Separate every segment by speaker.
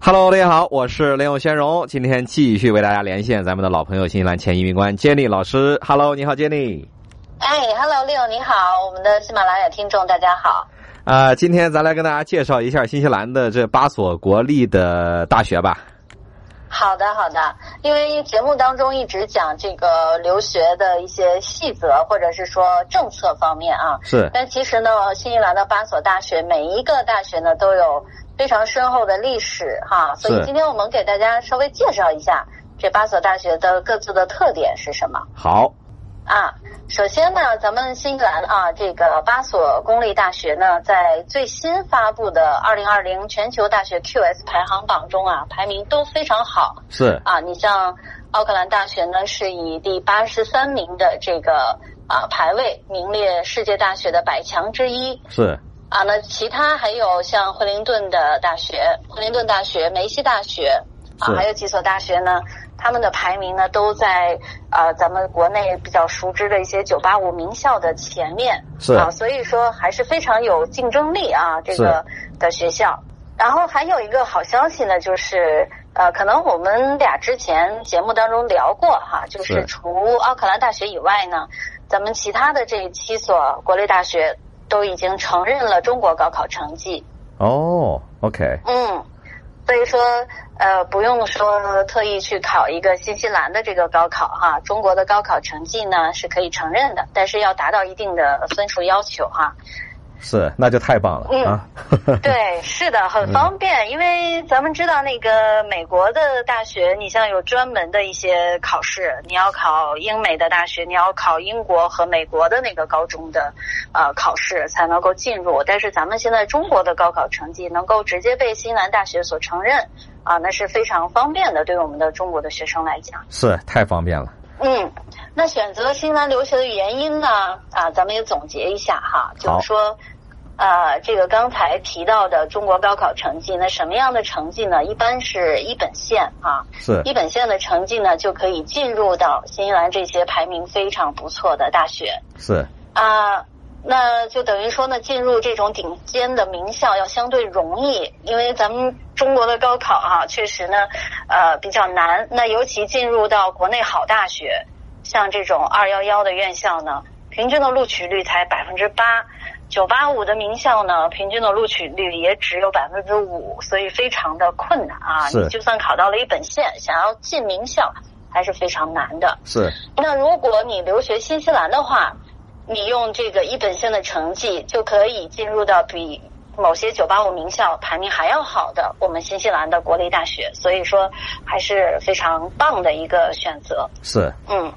Speaker 1: Hello，大家好，我是林永先荣，今天继续为大家连线咱们的老朋友新西兰前移民官 Jenny 老师。Hello，你好，Jenny。
Speaker 2: 哎，Hello，六你好，我们的喜马拉雅听众大家好。
Speaker 1: 啊、今天咱来跟大家介绍一下新西兰的这八所国立的大学吧。
Speaker 2: 好的，好的，因为节目当中一直讲这个留学的一些细则，或者是说政策方面啊，
Speaker 1: 是，
Speaker 2: 但其实呢，新西兰的八所大学，每一个大学呢都有非常深厚的历史哈，所
Speaker 1: 是
Speaker 2: 以今天我们给大家稍微介绍一下这八所大学的各自的特点是什么。
Speaker 1: 好，
Speaker 2: 啊，首先呢，咱们新西兰啊，这个八所公立大学呢，在最新发布的二零二零全球大学 QS 排行榜中啊，排名都非常好
Speaker 1: 是，
Speaker 2: 啊。你像奥克兰大学呢，是以第八十三名的这个啊排位名列世界大学的百强之一
Speaker 1: 是，
Speaker 2: 啊。那其他还有像惠灵顿的大学、惠灵顿大学、梅西大学啊
Speaker 1: 是，
Speaker 2: 还有几所大学呢，他们的排名呢都在呃咱们国内比较熟知的一些九八五名校的前面，
Speaker 1: 是
Speaker 2: 啊，所以说还是非常有竞争力啊，这个的学校。然后还有一个好消息呢，就是呃，可能我们俩之前节目当中聊过哈，就是是除奥克兰大学以外呢，咱们其他的这七所国立大学都已经承认了中国高考成绩。
Speaker 1: 哦，OK，
Speaker 2: 嗯，所以说呃，不用说特意去考一个新西兰的这个高考哈、中国的高考成绩呢是可以承认的，但是要达到一定的分数要求哈、
Speaker 1: 是，那就太棒了、
Speaker 2: 嗯
Speaker 1: 啊！
Speaker 2: 对，是的，很方便，因为咱们知道那个美国的大学，你像有专门的一些考试，你要考英美的大学，你要考英国和美国的那个高中的呃考试才能够进入。但是咱们现在中国的高考成绩能够直接被西南大学所承认啊、那是非常方便的，对我们的中国的学生来讲。
Speaker 1: 是太方便了，
Speaker 2: 嗯，那选择新西兰留学的原因呢？啊，咱们也总结一下哈，
Speaker 1: 好
Speaker 2: 就是说，呃，这个刚才提到的中国高考成绩，那什么样的成绩呢？一般是一本线啊，
Speaker 1: 是
Speaker 2: 一本线的成绩呢，就可以进入到新西兰这些排名非常不错的大学。
Speaker 1: 是
Speaker 2: 啊、那就等于说呢，进入这种顶尖的名校要相对容易，因为咱们中国的高考啊，确实呢，呃，比较难。那尤其进入到国内好大学，像这种二幺幺的院校呢，平均的录取率才百分之八。九八五的名校呢，平均的录取率也只有百分之五，所以非常的困难啊！
Speaker 1: 是
Speaker 2: 你就算考到了一本线，想要进名校还是非常难的。
Speaker 1: 是
Speaker 2: 那如果你留学新西兰的话，你用这个一本线的成绩就可以进入到比某些九八五名校排名还要好的我们新西兰的国立大学，所以说还是非常棒的一个选择。
Speaker 1: 是
Speaker 2: 嗯，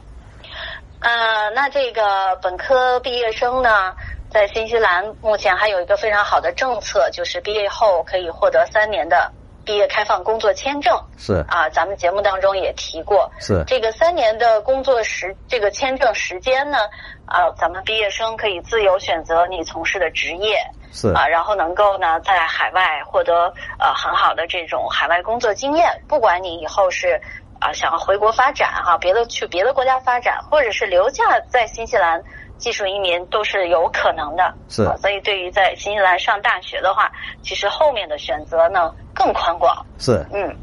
Speaker 2: 呃，那这个本科毕业生呢，在新西兰目前还有一个非常好的政策，就是毕业后可以获得三年的毕业开放工作签证
Speaker 1: 是
Speaker 2: 啊、咱们节目当中也提过，
Speaker 1: 是
Speaker 2: 这个三年的工作时，这个签证时间呢，啊、咱们毕业生可以自由选择你从事的职业
Speaker 1: 是
Speaker 2: 啊、然后能够呢在海外获得呃很好的这种海外工作经验，不管你以后是啊、想要回国发展哈、别的去别的国家发展，或者是留下在新西兰技术移民都是有可能的。
Speaker 1: 是
Speaker 2: 啊所以对于在新西兰上大学的话，其实后面的选择呢更宽广。
Speaker 1: 是
Speaker 2: 嗯，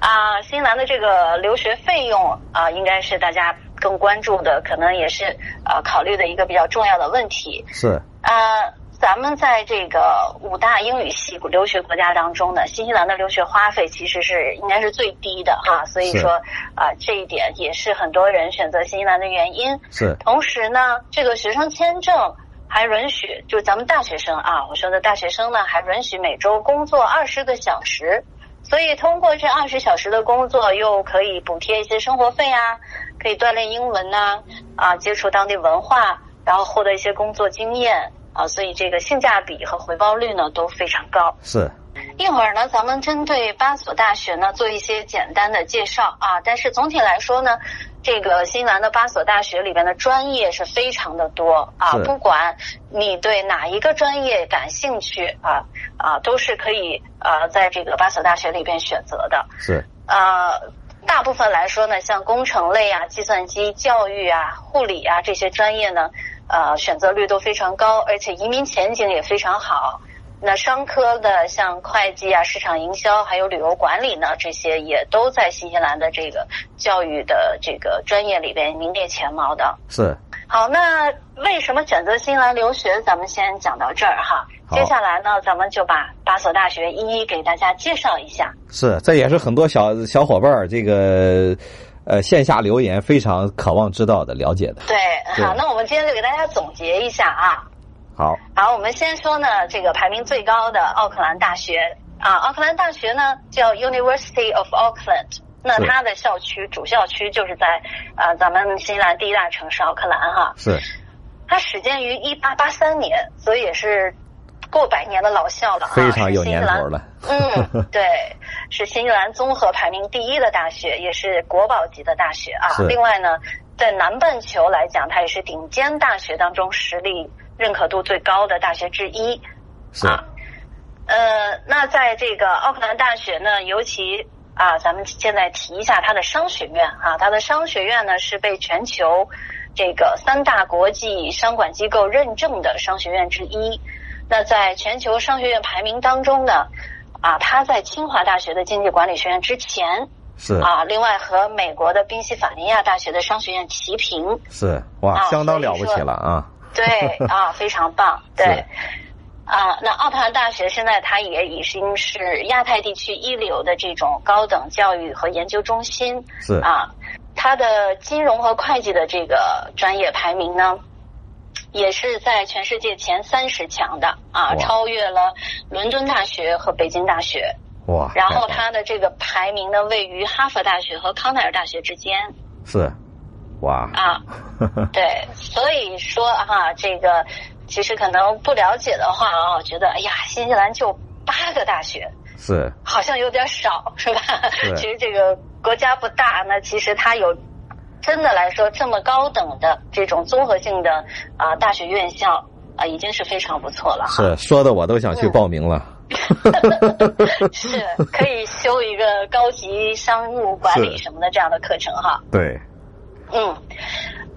Speaker 2: 啊，新西兰的这个留学费用啊、应该是大家更关注的，可能也是呃考虑的一个比较重要的问题。
Speaker 1: 是
Speaker 2: 啊，咱们在这个五大英语系留学国家当中呢，新西兰的留学花费其实是应该是最低的哈、所以
Speaker 1: 是
Speaker 2: 说啊、这一点也是很多人选择新西兰的原因。
Speaker 1: 是
Speaker 2: 同时呢，这个学生签证还允许，就咱们大学生啊，我说的大学生呢，还允许每周工作二十个小时。所以通过这二十小时的工作，又可以补贴一些生活费啊，可以锻炼英文呐、啊，接触当地文化，然后获得一些工作经验啊，所以这个性价比和回报率呢都非常高。
Speaker 1: 是
Speaker 2: 一会儿呢，咱们针对八所大学呢做一些简单的介绍啊。但是总体来说呢，这个新西兰的八所大学里边的专业是非常的多啊
Speaker 1: 是，
Speaker 2: 不管你对哪一个专业感兴趣啊啊，都是可以呃在这个八所大学里边选择的。
Speaker 1: 是
Speaker 2: 呃，大部分来说呢，像工程类啊、计算机、教育啊、护理啊这些专业呢，呃，选择率都非常高，而且移民前景也非常好。那商科的像会计啊、市场营销还有旅游管理呢，这些也都在新西兰的这个教育的这个专业里边名列前茅的。
Speaker 1: 是
Speaker 2: 好，那为什么选择新西兰留学？咱们先讲到这儿哈。
Speaker 1: 好
Speaker 2: 接下来呢，咱们就把八所大学一一给大家介绍一下。
Speaker 1: 是，这也是很多小小伙伴儿这个呃线下留言非常渴望知道的、了解的。
Speaker 2: 对，
Speaker 1: 对
Speaker 2: 好，那我们今天就给大家总结一下啊。
Speaker 1: 好，
Speaker 2: 好，我们先说呢，这个排名最高的奥克兰大学啊，奥克兰大学呢叫 University of Auckland，那
Speaker 1: 是
Speaker 2: 它的校区主校区就是在呃咱们新西兰第一大城市奥克兰哈，
Speaker 1: 是
Speaker 2: 它始建于一八八三年，所以也是过百年的老校了啊，
Speaker 1: 非常有
Speaker 2: 是新
Speaker 1: 年
Speaker 2: 西兰
Speaker 1: 头了。
Speaker 2: 嗯，对，是新西兰综合排名第一的大学，也是国宝级的大学啊
Speaker 1: 是。
Speaker 2: 另外呢，在南半球来讲，它也是顶尖大学当中实力认可度最高的大学之一
Speaker 1: 是
Speaker 2: 啊。呃，那在这个奥克兰大学呢，尤其啊，咱们现在提一下它的商学院啊，它的商学院呢是被全球这个三大国际商管机构认证的商学院之一。那在全球商学院排名当中呢，啊，它在清华大学的经济管理学院之前
Speaker 1: 是
Speaker 2: 啊，另外和美国的宾夕法尼亚大学的商学院齐平。
Speaker 1: 是，哇，
Speaker 2: 啊
Speaker 1: 相当了
Speaker 2: 所以
Speaker 1: 不
Speaker 2: 说
Speaker 1: 起了啊！
Speaker 2: 对啊，非常棒。
Speaker 1: 是
Speaker 2: 对啊，那奥克兰大学现在它也已经是亚太地区一流的这种高等教育和研究中心
Speaker 1: 是
Speaker 2: 啊。它的金融和会计的这个专业排名呢，也是在全世界前三十强的啊
Speaker 1: 哇，
Speaker 2: 超越了伦敦大学和北京大学。
Speaker 1: 哇，
Speaker 2: 然后
Speaker 1: 太好了
Speaker 2: 它的这个排名呢，位于哈佛大学和康奈尔大学之间
Speaker 1: 是，哇，
Speaker 2: 啊。对，所以说哈、这个其实可能不了解的话啊，觉得哎呀，新西兰就八个大学，
Speaker 1: 是
Speaker 2: 好像有点少，是吧
Speaker 1: 对？
Speaker 2: 其实这个国家不大，那其实它有真的来说这么高等的这种综合性的啊、大学院校啊、已经是非常不错 了哈。
Speaker 1: 是，说的我都想
Speaker 2: 嗯
Speaker 1: 去报名了。
Speaker 2: 是可以修一个高级商务管理
Speaker 1: 是
Speaker 2: 什么的这样的课程哈。
Speaker 1: 对，
Speaker 2: 嗯，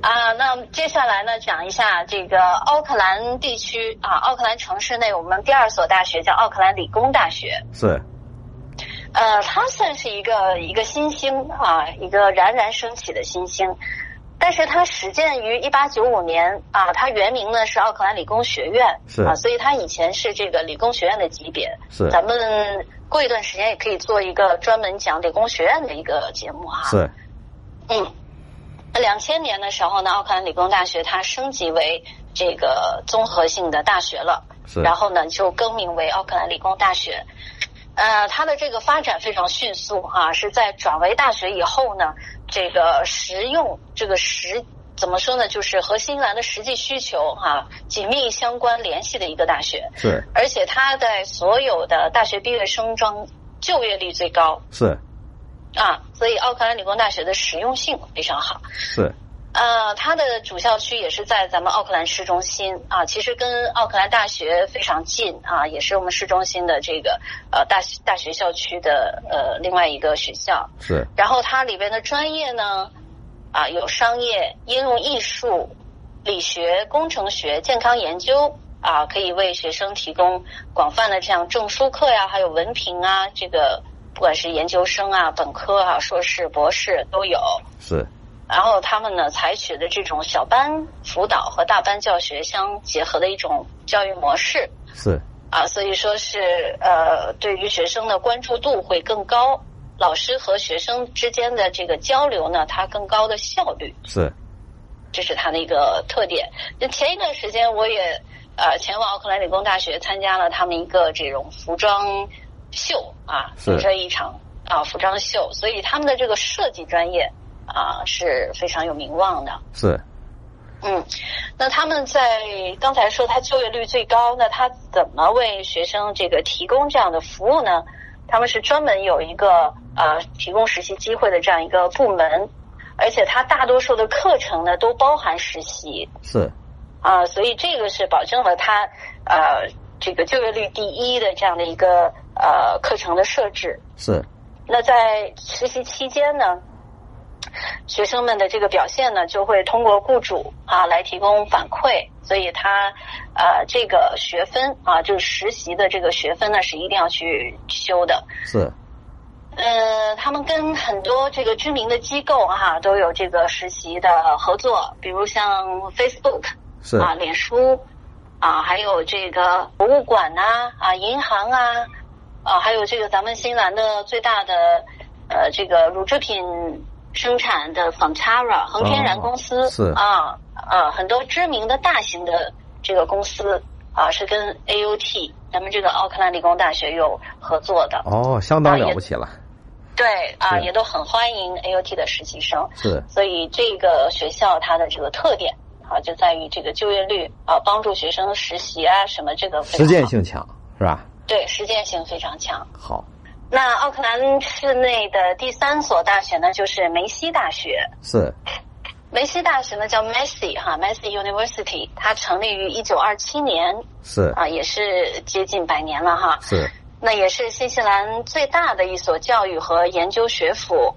Speaker 2: 啊，那我们接下来呢，讲一下这个奥克兰地区啊，奥克兰城市内我们第二所大学叫奥克兰理工大学，
Speaker 1: 是
Speaker 2: 呃，它算是一个一个新兴啊，一个冉冉升起的新星。但是它始建于一八九五年啊，它原名呢是奥克兰理工学院，
Speaker 1: 是
Speaker 2: 啊，所以它以前是这个理工学院的级别。
Speaker 1: 是
Speaker 2: 咱们过一段时间也可以做一个专门讲理工学院的一个节目哈。
Speaker 1: 是
Speaker 2: 嗯，两千年的时候呢，奥克兰理工大学它升级为这个综合性的大学了，
Speaker 1: 是，
Speaker 2: 然后呢就更名为奥克兰理工大学。呃，它的这个发展非常迅速哈、是在转为大学以后呢，这个实用这个实怎么说呢，就是和新西兰的实际需求哈、紧密相关联系的一个大学，
Speaker 1: 是
Speaker 2: 而且它在所有的大学毕业生中就业率最高
Speaker 1: 是
Speaker 2: 啊，所以奥克兰理工大学的实用性非常好。
Speaker 1: 是
Speaker 2: 呃，它的主校区也是在咱们奥克兰市中心啊，其实跟奥克兰大学非常近啊，也是我们市中心的这个呃大学大学校区的呃另外一个学校。
Speaker 1: 是
Speaker 2: 然后它里边的专业呢，啊有商业、应用艺术、理学、工程学、健康研究啊，可以为学生提供广泛的这样证书课呀，还有文凭啊，这个不管是研究生啊、本科啊、硕士、博士都有。
Speaker 1: 是
Speaker 2: 然后他们呢采取的这种小班辅导和大班教学相结合的一种教育模式
Speaker 1: 是
Speaker 2: 啊，所以说是呃，对于学生的关注度会更高，老师和学生之间的这个交流呢，它更高的效率，
Speaker 1: 是
Speaker 2: 这是它的一个特点。那前一段时间我也呃前往奥克兰理工大学参加了他们一个这种服装秀啊，
Speaker 1: 是
Speaker 2: 这一场啊服装秀，所以他们的这个设计专业啊是非常有名望的。
Speaker 1: 是
Speaker 2: 嗯，那他们在刚才说他就业率最高，那他怎么为学生这个提供这样的服务呢？他们是专门有一个呃提供实习机会的这样一个部门，而且它大多数的课程呢都包含实习
Speaker 1: 是
Speaker 2: 啊、所以这个是保证了他呃这个就业率第一的这样的一个呃课程的设置。
Speaker 1: 是
Speaker 2: 那在实习期间呢，学生们的这个表现呢，就会通过雇主啊来提供反馈，所以他呃这个学分啊，就是实习的这个学分呢是一定要去修的。
Speaker 1: 是，
Speaker 2: 呃，他们跟很多这个知名的机构哈、都有这个实习的合作，比如像 Facebook
Speaker 1: 是
Speaker 2: 啊、脸书啊，还有这个博物馆呐啊、银行啊啊，还有这个咱们新西兰的最大的呃这个乳制品生产的 Fonterra 恒天然公司、
Speaker 1: 哦是
Speaker 2: 啊呃很多知名的大型的这个公司啊是跟 AUT 咱们这个奥克兰理工大学有合作的。
Speaker 1: 哦，相
Speaker 2: 啊
Speaker 1: 当了不起了，
Speaker 2: 对啊，
Speaker 1: 是
Speaker 2: 也都很欢迎 AOT 的实习生，
Speaker 1: 是
Speaker 2: 所以这个学校它的这个特点啊，就在于这个就业率啊，帮助学生实习啊什么这个非
Speaker 1: 实
Speaker 2: 常
Speaker 1: 践
Speaker 2: 好，
Speaker 1: 性强是吧？
Speaker 2: 对实践性非常强。
Speaker 1: 好，
Speaker 2: 那奥克兰市内的第三所大学呢，就是梅西大学。
Speaker 1: 是
Speaker 2: 梅西大学呢叫 Massey 哈、m a s s e y University，它成立于一九二七年
Speaker 1: 是
Speaker 2: 啊，也是接近百年了哈。
Speaker 1: 是
Speaker 2: 那也是新西兰最大的一所教育和研究学府。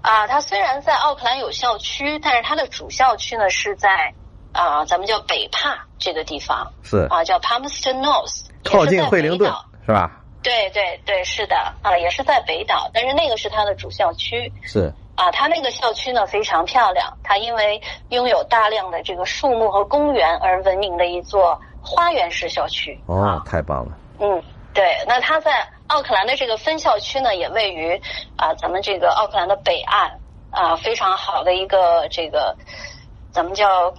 Speaker 2: 啊，它虽然在奥克兰有校区，但是它的主校区呢是在啊，咱们叫北帕这个地方
Speaker 1: 是，
Speaker 2: 啊，叫 Palmerston North，
Speaker 1: 靠
Speaker 2: 也是
Speaker 1: 近
Speaker 2: 在
Speaker 1: 惠灵
Speaker 2: 北
Speaker 1: 顿
Speaker 2: 岛
Speaker 1: 是吧？
Speaker 2: 对对对，是的啊，也是在北岛，但是那个是它的主校区
Speaker 1: 是
Speaker 2: 啊。它那个校区呢非常漂亮，它因为拥有大量的这个树木和公园而闻名的一座花园式校区啊
Speaker 1: 哦，太棒了，
Speaker 2: 嗯，对，那它在奥克兰的这个分校区呢，也位于啊、咱们这个奥克兰的北岸啊、非常好的一个这个，咱们叫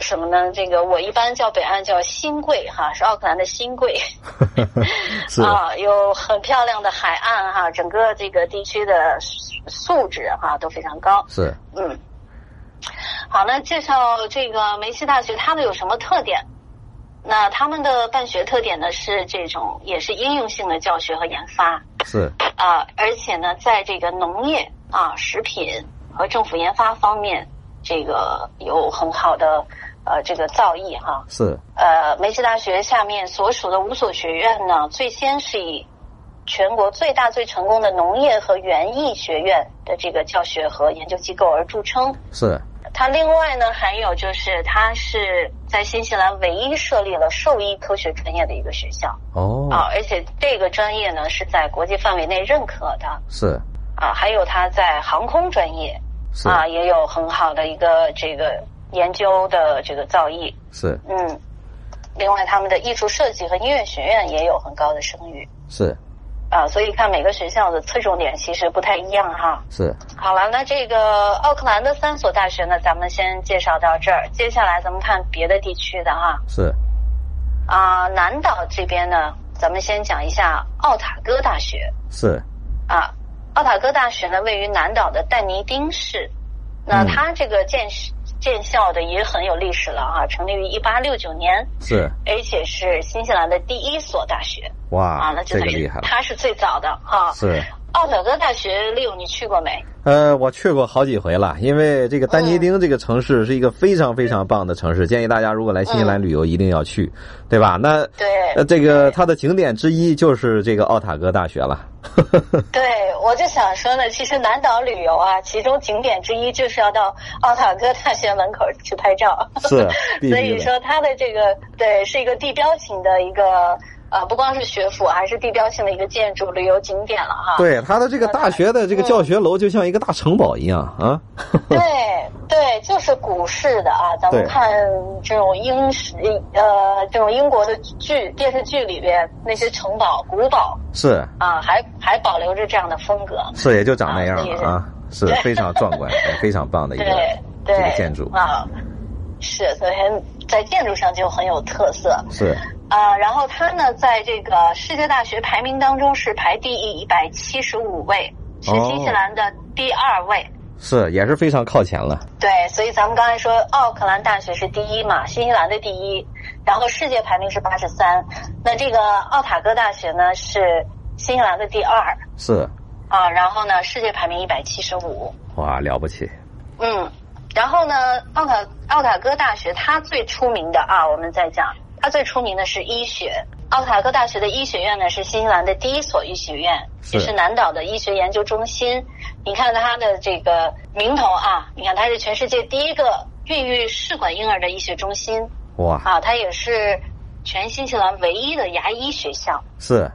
Speaker 2: 什么呢？这个我一般叫北岸叫新贵哈，是奥克兰的新贵
Speaker 1: 是
Speaker 2: 啊，有很漂亮的海岸哈，整个这个地区的素质哈都非常高。
Speaker 1: 是
Speaker 2: 嗯，好，那介绍这个梅西大学它们有什么特点？那他们的办学特点呢是这种也是应用性的教学和研发
Speaker 1: 是
Speaker 2: 啊、而且呢，在这个农业啊、食品和政府研发方面，这个有很好的呃这个造诣哈、
Speaker 1: 是
Speaker 2: 呃，梅西大学下面所属的五所学院呢，最先是以全国最大最成功的农业和园艺学院的这个教学和研究机构而著称。
Speaker 1: 是
Speaker 2: 它另外呢，还有就是它是在新西兰唯一设立了兽医科学专业的一个学校
Speaker 1: 哦，
Speaker 2: 啊，而且这个专业呢是在国际范围内认可的
Speaker 1: 是
Speaker 2: 啊，还有它在航空专业
Speaker 1: 是
Speaker 2: 啊也有很好的一个这个研究的这个造诣。
Speaker 1: 是
Speaker 2: 嗯，另外他们的艺术设计和音乐学院也有很高的声誉
Speaker 1: 是
Speaker 2: 啊，所以看每个学校的侧重点其实不太一样哈。
Speaker 1: 是
Speaker 2: 好了，那这个奥克兰的三所大学呢，咱们先介绍到这儿，接下来咱们看别的地区的哈
Speaker 1: 是
Speaker 2: 啊，南岛这边呢，咱们先讲一下奥塔哥大学
Speaker 1: 是
Speaker 2: 啊，奥塔哥大学呢位于南岛的但尼丁市，那
Speaker 1: 嗯
Speaker 2: 它这个建建校的也很有历史了啊，成立于一八六九年。
Speaker 1: 是，
Speaker 2: 而且是新西兰的第一所大学啊
Speaker 1: 哇，
Speaker 2: 那
Speaker 1: 啊这
Speaker 2: 就
Speaker 1: 个
Speaker 2: 它
Speaker 1: 厉
Speaker 2: 是
Speaker 1: 害了，
Speaker 2: 它是最早的哈。
Speaker 1: 是。
Speaker 2: 奥塔哥大学，利用你去过没？
Speaker 1: 呃，我去过好几回了，因为这个丹尼丁这个城市是一个非常非常棒的城市，建议大家如果来新西兰旅游一定要去，对吧？那
Speaker 2: 对
Speaker 1: 呃，这个它的景点之一就是这个奥塔哥大学了，
Speaker 2: 对，我就想说呢，其实南岛旅游啊，其中景点之一就是要到奥塔哥大学门口去拍照。
Speaker 1: 是 必
Speaker 2: 所
Speaker 1: 须
Speaker 2: 以
Speaker 1: 的，
Speaker 2: 说，它的这个对是一个地标型的一个呃，不光是学府，还是地标性的一个建筑旅游景点了哈。
Speaker 1: 对它的这个大学的这个教学楼就像一个大城堡一样啊，
Speaker 2: 对对，就是股市的啊，咱们
Speaker 1: 对
Speaker 2: 看这种英式呃这种英国的剧电视剧里边那些城堡、古堡
Speaker 1: 是
Speaker 2: 啊，还还保留着这样的风格。
Speaker 1: 是也就长那样了啊
Speaker 2: 啊，
Speaker 1: 是非常壮观，哎非常棒的一
Speaker 2: 对
Speaker 1: 个
Speaker 2: 对，
Speaker 1: 这个建筑
Speaker 2: 啊，是，所以在建筑上就很有特色
Speaker 1: 是
Speaker 2: 啊。然后它呢，在这个世界大学排名当中是排第一百七十五位，是
Speaker 1: 哦
Speaker 2: 新西兰的第二位。
Speaker 1: 是也是非常靠前了，
Speaker 2: 对，所以咱们刚才说奥克兰大学是第一嘛，新西兰的第一，然后世界排名是八十三，那这个奥塔哥大学呢是新西兰的第二
Speaker 1: 是
Speaker 2: 啊，然后呢世界排名一百七十五，
Speaker 1: 哇了不起，
Speaker 2: 嗯，然后呢奥塔奥塔哥大学它最出名的啊，我们再讲它最出名的是医学，奥塔哥大学的医学院呢是新西兰的第一所医学院，
Speaker 1: 是
Speaker 2: 也是南岛的医学研究中心。你看它的这个名头啊，你看它是全世界第一个孕育试管婴儿的医学中心
Speaker 1: 哇，
Speaker 2: 啊，它也是全新西兰唯一的牙医学校。
Speaker 1: 是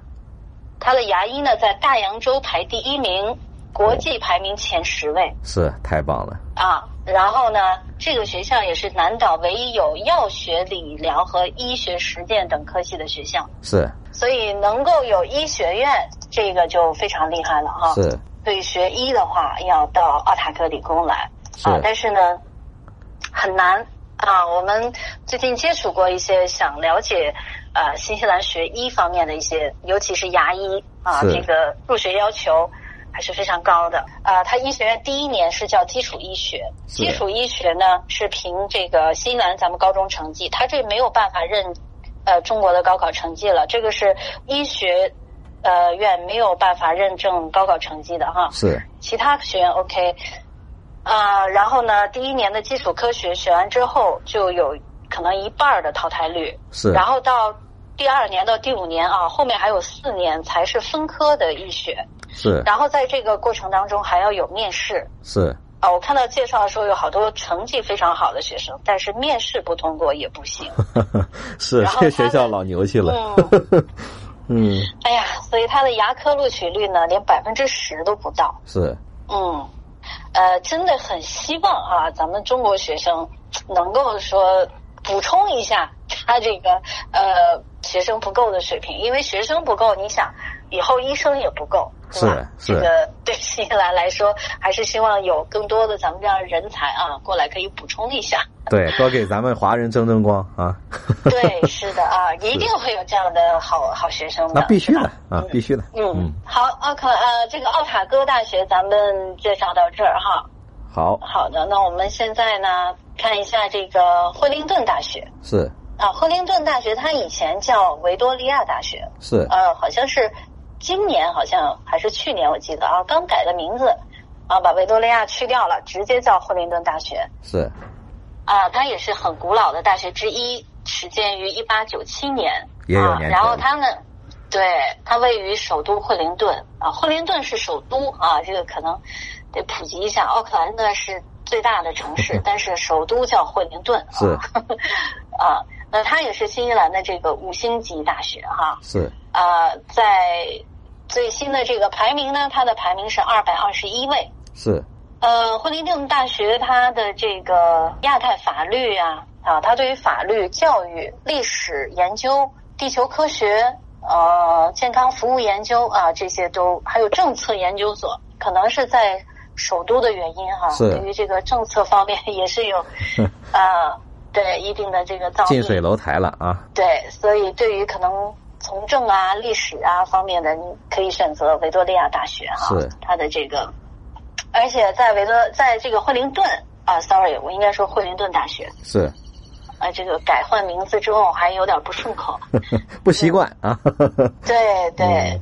Speaker 2: 它的牙医呢，在大洋洲排第一名，国际排名前十位
Speaker 1: 是，太棒了，
Speaker 2: 啊。然后呢，这个学校也是南岛唯一有药学、理疗和医学实践等科系的学校，
Speaker 1: 是
Speaker 2: 所以能够有医学院，这个就非常厉害了啊。
Speaker 1: 是
Speaker 2: 所以学医的话，要到奥塔哥理工来
Speaker 1: 是
Speaker 2: 啊，但是呢，很难啊。我们最近接触过一些想了解呃新西兰学医方面的一些，尤其是牙医啊，
Speaker 1: 是
Speaker 2: 这个入学要求还是非常高的啊。它医学院第一年是叫基础医学，
Speaker 1: 是
Speaker 2: 基础医学呢是凭这个新西兰咱们高中成绩，它这没有办法认呃中国的高考成绩了，这个是医学。呃，院没有办法认证高考成绩的哈，
Speaker 1: 是
Speaker 2: 其他学院 OK，啊、然后呢，第一年的基础科学学完之后，就有可能一半儿的淘汰率，
Speaker 1: 是
Speaker 2: 然后到第二年到第五年啊，后面还有四年才是分科的医学，
Speaker 1: 是
Speaker 2: 然后在这个过程当中还要有面试
Speaker 1: 是
Speaker 2: 啊。我看到介绍的时候有好多成绩非常好的学生，但是面试不通过也不行。
Speaker 1: 是，
Speaker 2: 然后
Speaker 1: 这
Speaker 2: 他
Speaker 1: 学
Speaker 2: 的
Speaker 1: 校老牛气了，嗯，
Speaker 2: 哎呀，所以他的牙科录取率呢，连百分之十都不到。
Speaker 1: 是
Speaker 2: 嗯，呃，真的很希望啊，咱们中国学生能够说补充一下他这个呃学生不够的水平，因为学生不够，你想以后医生也不够，对吧？
Speaker 1: 是是
Speaker 2: 这个 对新西兰来说，还是希望有更多的咱们这样的人才啊过来可以补充 一下。
Speaker 1: 对，多给咱们华人争争光啊，
Speaker 2: 嗯对，是的啊，一定会有这样的好好学生的。
Speaker 1: 那必须
Speaker 2: 是吧
Speaker 1: 的啊，必须的，
Speaker 2: 嗯，好，奥克呃，这个奥塔哥大学咱们介绍到这儿哈。
Speaker 1: 好
Speaker 2: 好的，那我们现在呢，看一下这个惠灵顿大学
Speaker 1: 是
Speaker 2: 啊，惠灵顿大学它以前叫维多利亚大学，
Speaker 1: 是
Speaker 2: 呃，好像是今年好像还是去年我记得啊，刚改的名字啊，把维多利亚去掉了，直接叫惠灵顿大学
Speaker 1: 是
Speaker 2: 啊，它也是很古老的大学之一，始建于一八九七年，
Speaker 1: 也有年
Speaker 2: 啊，然
Speaker 1: 头
Speaker 2: 后
Speaker 1: 了
Speaker 2: 它呢。对，它位于首都惠灵顿啊，惠灵顿是首都啊，这个可能得普及一下。奥克兰呢是最大的城 市，但是首都叫惠灵顿啊。
Speaker 1: 是
Speaker 2: 啊，那它也是新西兰的这个五星级大学哈、
Speaker 1: 是
Speaker 2: 啊，在最新的这个排名呢，它的排名是二百二十一位。
Speaker 1: 是
Speaker 2: 呃，惠灵顿大学它的这个亚太法律啊，啊，它对于法律、教育、历史研究、地球科学、呃，健康服务研究啊，这些都还有政策研究所，可能是在首都的原因哈、
Speaker 1: 是
Speaker 2: 对于这个政策方面也是 有，呃，对一定的这个造诣。
Speaker 1: 近水楼台了啊，
Speaker 2: 对，所以对于可能从政啊、历史啊方面的，你可以选择维多利亚大学哈、
Speaker 1: 是
Speaker 2: 它的这个，而且在维多在这个惠灵顿啊，sorry，我应该说惠灵顿大学
Speaker 1: 是
Speaker 2: 啊，这个改换名字之后还有点不顺 口。
Speaker 1: 不习惯啊，
Speaker 2: 对嗯对，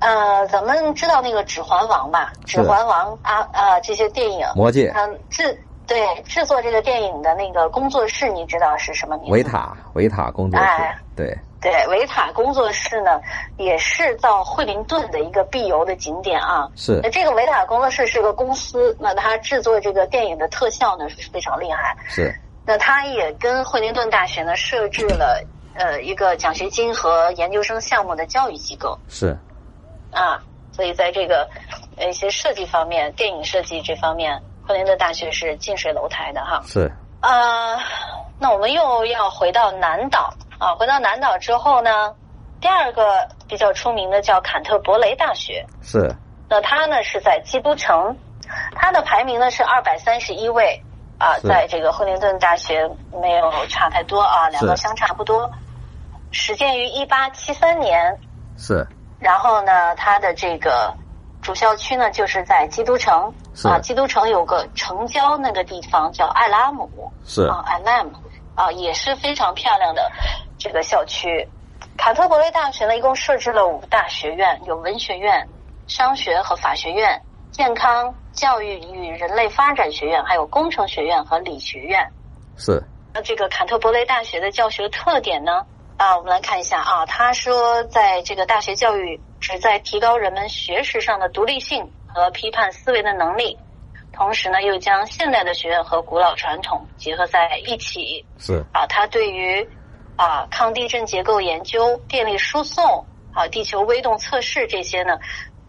Speaker 1: 嗯
Speaker 2: 呃，咱们知道那个《指环王》吧，《指环王》啊啊这些电影，
Speaker 1: 魔戒
Speaker 2: 嗯制对制作这个电影的那个工作室，你知道是什么名字吗？
Speaker 1: 维塔维塔工作
Speaker 2: 哎
Speaker 1: 室，对
Speaker 2: 对，维塔工作室呢，也是到惠灵顿的一个必游的景点啊。
Speaker 1: 是
Speaker 2: 那这个维塔工作室是个公司，那它制作这个电影的特效呢是非常厉害。
Speaker 1: 是
Speaker 2: 那它也跟惠灵顿大学呢设置了呃一个奖学金和研究生项目的教育机构
Speaker 1: 是
Speaker 2: 啊，所以在这个呃一些设计方面，电影设计这方面，惠灵顿大学是近水楼台的哈。
Speaker 1: 是
Speaker 2: 呃，那我们又要回到南岛啊，回到南岛之后呢，第二个比较出名的叫坎特伯雷大学，
Speaker 1: 是
Speaker 2: 那它呢是在基督城，它的排名呢是二百三十一位啊，
Speaker 1: 是
Speaker 2: 在这个惠灵顿大学没有差太多啊，两个
Speaker 1: 是
Speaker 2: 相差不多，始建于一八七三年，
Speaker 1: 是
Speaker 2: 然后呢，它的这个主校区呢就是在基督城
Speaker 1: 是
Speaker 2: 啊，基督城有个城郊那个地方叫艾拉姆，
Speaker 1: 是
Speaker 2: 啊，MM 啊，也是非常漂亮的这个校区。卡特伯雷大学呢，一共设置了五个大学院，有文学院、商学和法学院、健康教育与人类发展学院，还有工程学院和理学院。
Speaker 1: 是
Speaker 2: 那这个坎特伯雷大学的教学特点呢？啊，我们来看一下啊，他说在这个大学教育旨在提高人们学识上的独立性和批判思维的能力，同时呢，又将现代的学院和古老传统结合在一起。
Speaker 1: 是
Speaker 2: 啊，它对于啊抗地震结构研究、电力输送、啊地球微动测试这些呢，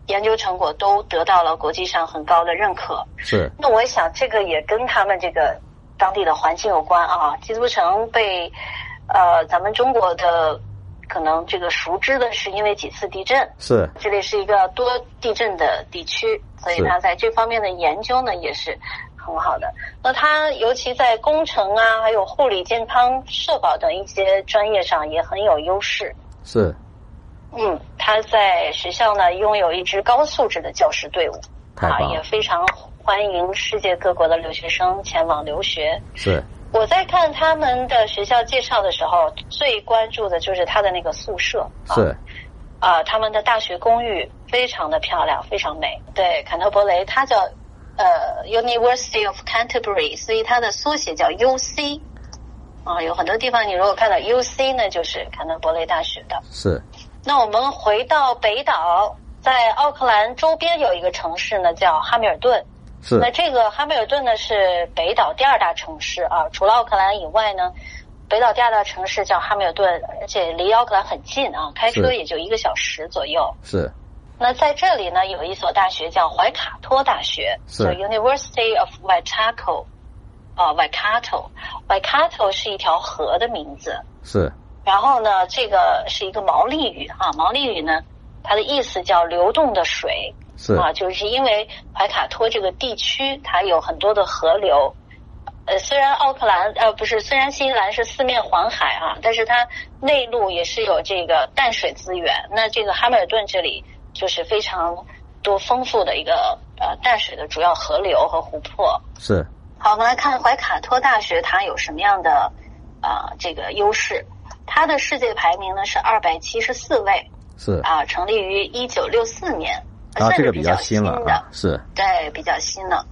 Speaker 2: 研究成果都得到了国际上很高的认可。
Speaker 1: 是，
Speaker 2: 那我想这个也跟他们这个当地的环境有关啊。基督城被呃咱们中国的可能这个熟知的是因为几次地震，
Speaker 1: 是，
Speaker 2: 这里是一个多地震的地区，所以
Speaker 1: 是
Speaker 2: 它在这方面的研究呢也是很好的。那它尤其在工程啊，还有护理、健康、社保等一些专业上也很有优势。
Speaker 1: 是，
Speaker 2: 嗯，它在学校呢拥有一支高素质的教师队伍，
Speaker 1: 太
Speaker 2: 啊，
Speaker 1: 棒
Speaker 2: 也
Speaker 1: 了，
Speaker 2: 非常欢迎世界各国的留学生前往留学。
Speaker 1: 是，
Speaker 2: 我在看他们的学校介绍的时候，最关注的就是他的那个宿舍。啊
Speaker 1: 是，
Speaker 2: 啊、他们的大学公寓非常的漂亮，非常美。对，坎特伯雷它叫呃 University of Canterbury，所以它的缩写叫 UC。啊、有很多地方你如果看到 UC 呢，就是坎特伯雷大学的。
Speaker 1: 是，
Speaker 2: 那我们回到北岛，在奥克兰周边有一个城市呢，叫汉密尔顿。
Speaker 1: 是
Speaker 2: 那，这个汉密尔顿呢是北岛第二大城市啊，除了奥克兰以外呢，北岛第二大城市叫汉密尔顿，而且离奥克兰很近啊，开车
Speaker 1: 是
Speaker 2: 也就一个小时左右。
Speaker 1: 是，
Speaker 2: 那在这里呢，有一所大学叫怀卡托大学，
Speaker 1: 是
Speaker 2: so University of Waikato，啊，Waikato，Waikato 是一条河的名字。
Speaker 1: 是，
Speaker 2: 然后呢，这个是一个毛利语啊，毛利语呢，它的意思叫流动的水
Speaker 1: 是，
Speaker 2: 啊，就是因为怀卡托这个地区它有很多的河流。呃，虽然奥克兰呃不是，虽然新西兰是四面环海啊，但是它内陆也是有这个淡水资源。那这个汉密尔顿这里就是非常多丰富的一个呃淡水的主要河流和湖泊。
Speaker 1: 是，
Speaker 2: 好，我们来看怀卡托大学它有什么样的啊、呃这个优势。它的世界排名呢是二百七十四位
Speaker 1: 是，
Speaker 2: 啊、成立于一九六四年，
Speaker 1: 啊
Speaker 2: 算，
Speaker 1: 这
Speaker 2: 是
Speaker 1: 个
Speaker 2: 比
Speaker 1: 比较
Speaker 2: 新
Speaker 1: 新
Speaker 2: 的，
Speaker 1: 了啊，是，
Speaker 2: 对，比较新了。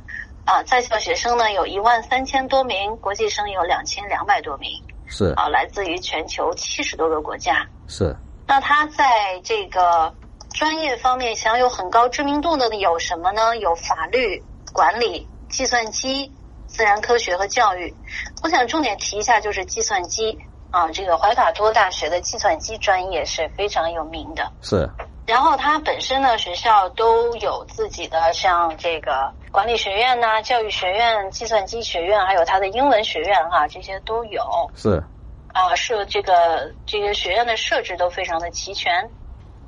Speaker 2: 啊、在校学生呢有一万三千多名，国际生有两千两百多名
Speaker 1: 是，
Speaker 2: 啊、来自于全球七十多个国家。
Speaker 1: 是，
Speaker 2: 那他在这个专业方面享有很高知名度的有什么呢？有法律、管理、计算机、自然科学和教育。我想重点提一下，就是计算机啊，这个怀卡托大学的计算机专业是非常有名的。
Speaker 1: 是，
Speaker 2: 然后它本身呢，学校都有自己的像这个管理学院呐、教育学院、计算机学院，还有它的英文学院哈、这些都有。
Speaker 1: 是，
Speaker 2: 啊，设这个这个学院的设置都非常的齐全。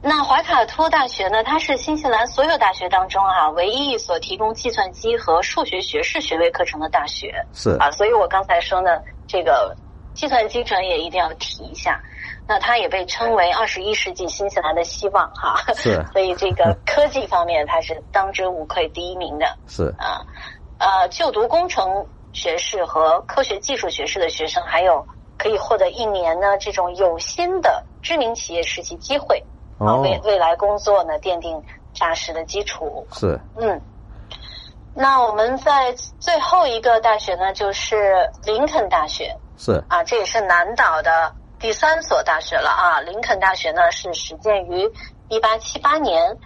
Speaker 2: 那怀卡托大学呢，它是新西兰所有大学当中啊，唯一一所提供计算机和数学学士学位课程的大学
Speaker 1: 是，
Speaker 2: 啊，所以我刚才说呢，这个计算机专业一定要提一下。那它也被称为二十一世纪新西兰的希望哈、
Speaker 1: 是
Speaker 2: 所以这个科技方面它是当之无愧第一名的。
Speaker 1: 是，
Speaker 2: 啊，呃，就读工程学士和科学技术学士的学生，还有可以获得一年呢这种有薪的知名企业实习机会，啊，
Speaker 1: 哦，
Speaker 2: 为未来工作呢奠定扎实的基础。
Speaker 1: 是，
Speaker 2: 嗯，那我们在最后一个大学呢，就是林肯大学
Speaker 1: 是，
Speaker 2: 啊，这也是南岛的第三所大学了啊。林肯大学呢是始建于一八七八年。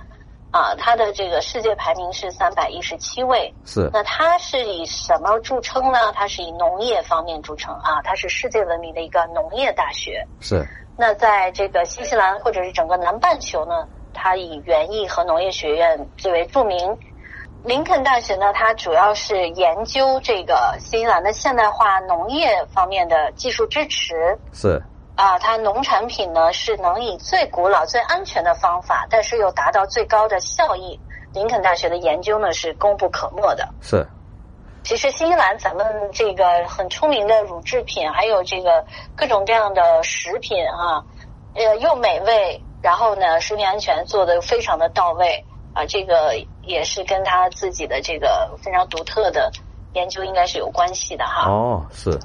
Speaker 2: 啊，它的这个世界排名是三百一十七位，
Speaker 1: 是，
Speaker 2: 那它是以什么著称呢？它是以农业方面著称啊，它是世界闻名的一个农业大学。
Speaker 1: 是，
Speaker 2: 那在这个新西兰或者是整个南半球呢，它以园艺和农业学院最为著名。林肯大学呢，它主要是研究这个新西兰的现代化农业方面的技术支持
Speaker 1: 是，
Speaker 2: 啊，它农产品呢是能以最古老、最安全的方法，但是又达到最高的效益。林肯大学的研究呢是功不可没的。
Speaker 1: 是，
Speaker 2: 其实新西兰咱们这个很出名的乳制品，还有这个各种各样的食品啊，呃，又美味，然后呢，食品安全做的非常的到位啊，这个也是跟他自己的这个非常独特的研究应该是有关系的哈。
Speaker 1: 哦，是，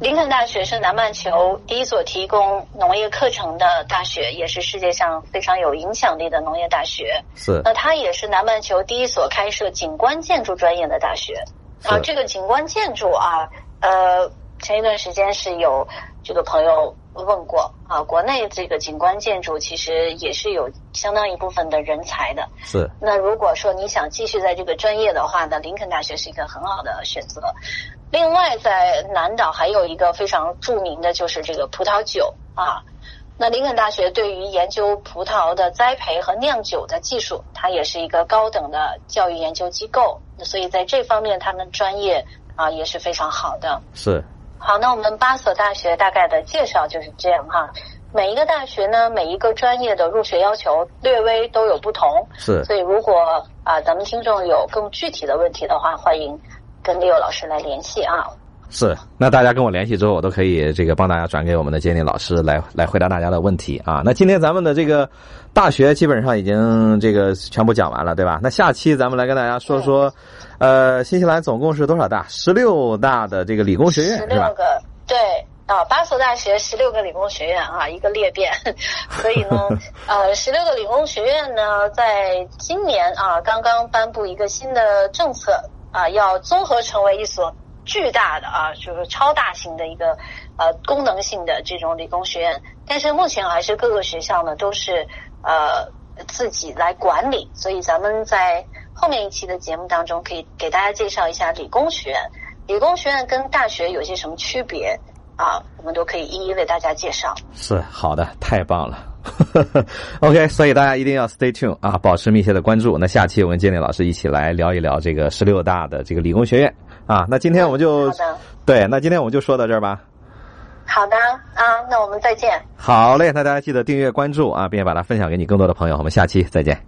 Speaker 2: 林肯大学是南半球第一所提供农业课程的大学，也是世界上非常有影响力的农业大学。
Speaker 1: 是，
Speaker 2: 那它呃也是南半球第一所开设景观建筑专业的大学。啊，
Speaker 1: 是，
Speaker 2: 这个景观建筑啊，呃，前一段时间是有这个朋友问过啊，国内这个景观建筑其实也是有相当一部分的人才的。
Speaker 1: 是，
Speaker 2: 那如果说你想继续在这个专业的话呢，林肯大学是一个很好的选择。另外，在南岛还有一个非常著名的就是这个葡萄酒啊。那林肯大学对于研究葡萄的栽培和酿酒的技术，它也是一个高等的教育研究机构，所以在这方面他们专业啊也是非常好的。
Speaker 1: 是，
Speaker 2: 好，那我们八所大学大概的介绍就是这样哈。每一个大学呢，每一个专业的入学要求略微都有不同，
Speaker 1: 是，
Speaker 2: 所以如果啊、咱们听众有更具体的问题的话，欢迎跟六老师来联系啊。
Speaker 1: 是，那大家跟我联系之后，我都可以这个帮大家转给我们的监理老师来来回答大家的问题啊。那今天咱们的这个大学基本上已经这个全部讲完了，对吧？那下期咱们来跟大家说说，呃，新西兰总共是多少大？十六大的这个理工学院
Speaker 2: 十
Speaker 1: 是吧
Speaker 2: 六？个对啊，八所大学十六个理工学院啊，一个裂变， 所以 呢，呃，十六个理工学院呢，在今年啊，刚刚颁布一个新的政策啊，要综合成为一所巨大的啊，就是超大型的一个呃功能性的这种理工学院，但是目前还是各个学校呢都是呃自己来管理，所以咱们在后面一期的节目当中可以给大家介绍一下理工学院。理工学院跟大学有些什么区别啊？我们都可以一一为大家介绍。
Speaker 1: 是，好的，太棒了。OK，所以大家一定要 stay tuned 啊，保持密切的关注。那下期我跟建立老师一起来聊一聊这个十六大的这个理工学院啊。那今天我们就
Speaker 2: 好的，
Speaker 1: 对，那今天我们就说到这儿吧。
Speaker 2: 好的啊，那我们再见。
Speaker 1: 好嘞，那大家记得订阅关注啊，并且把它分享给你更多的朋友。我们下期再见。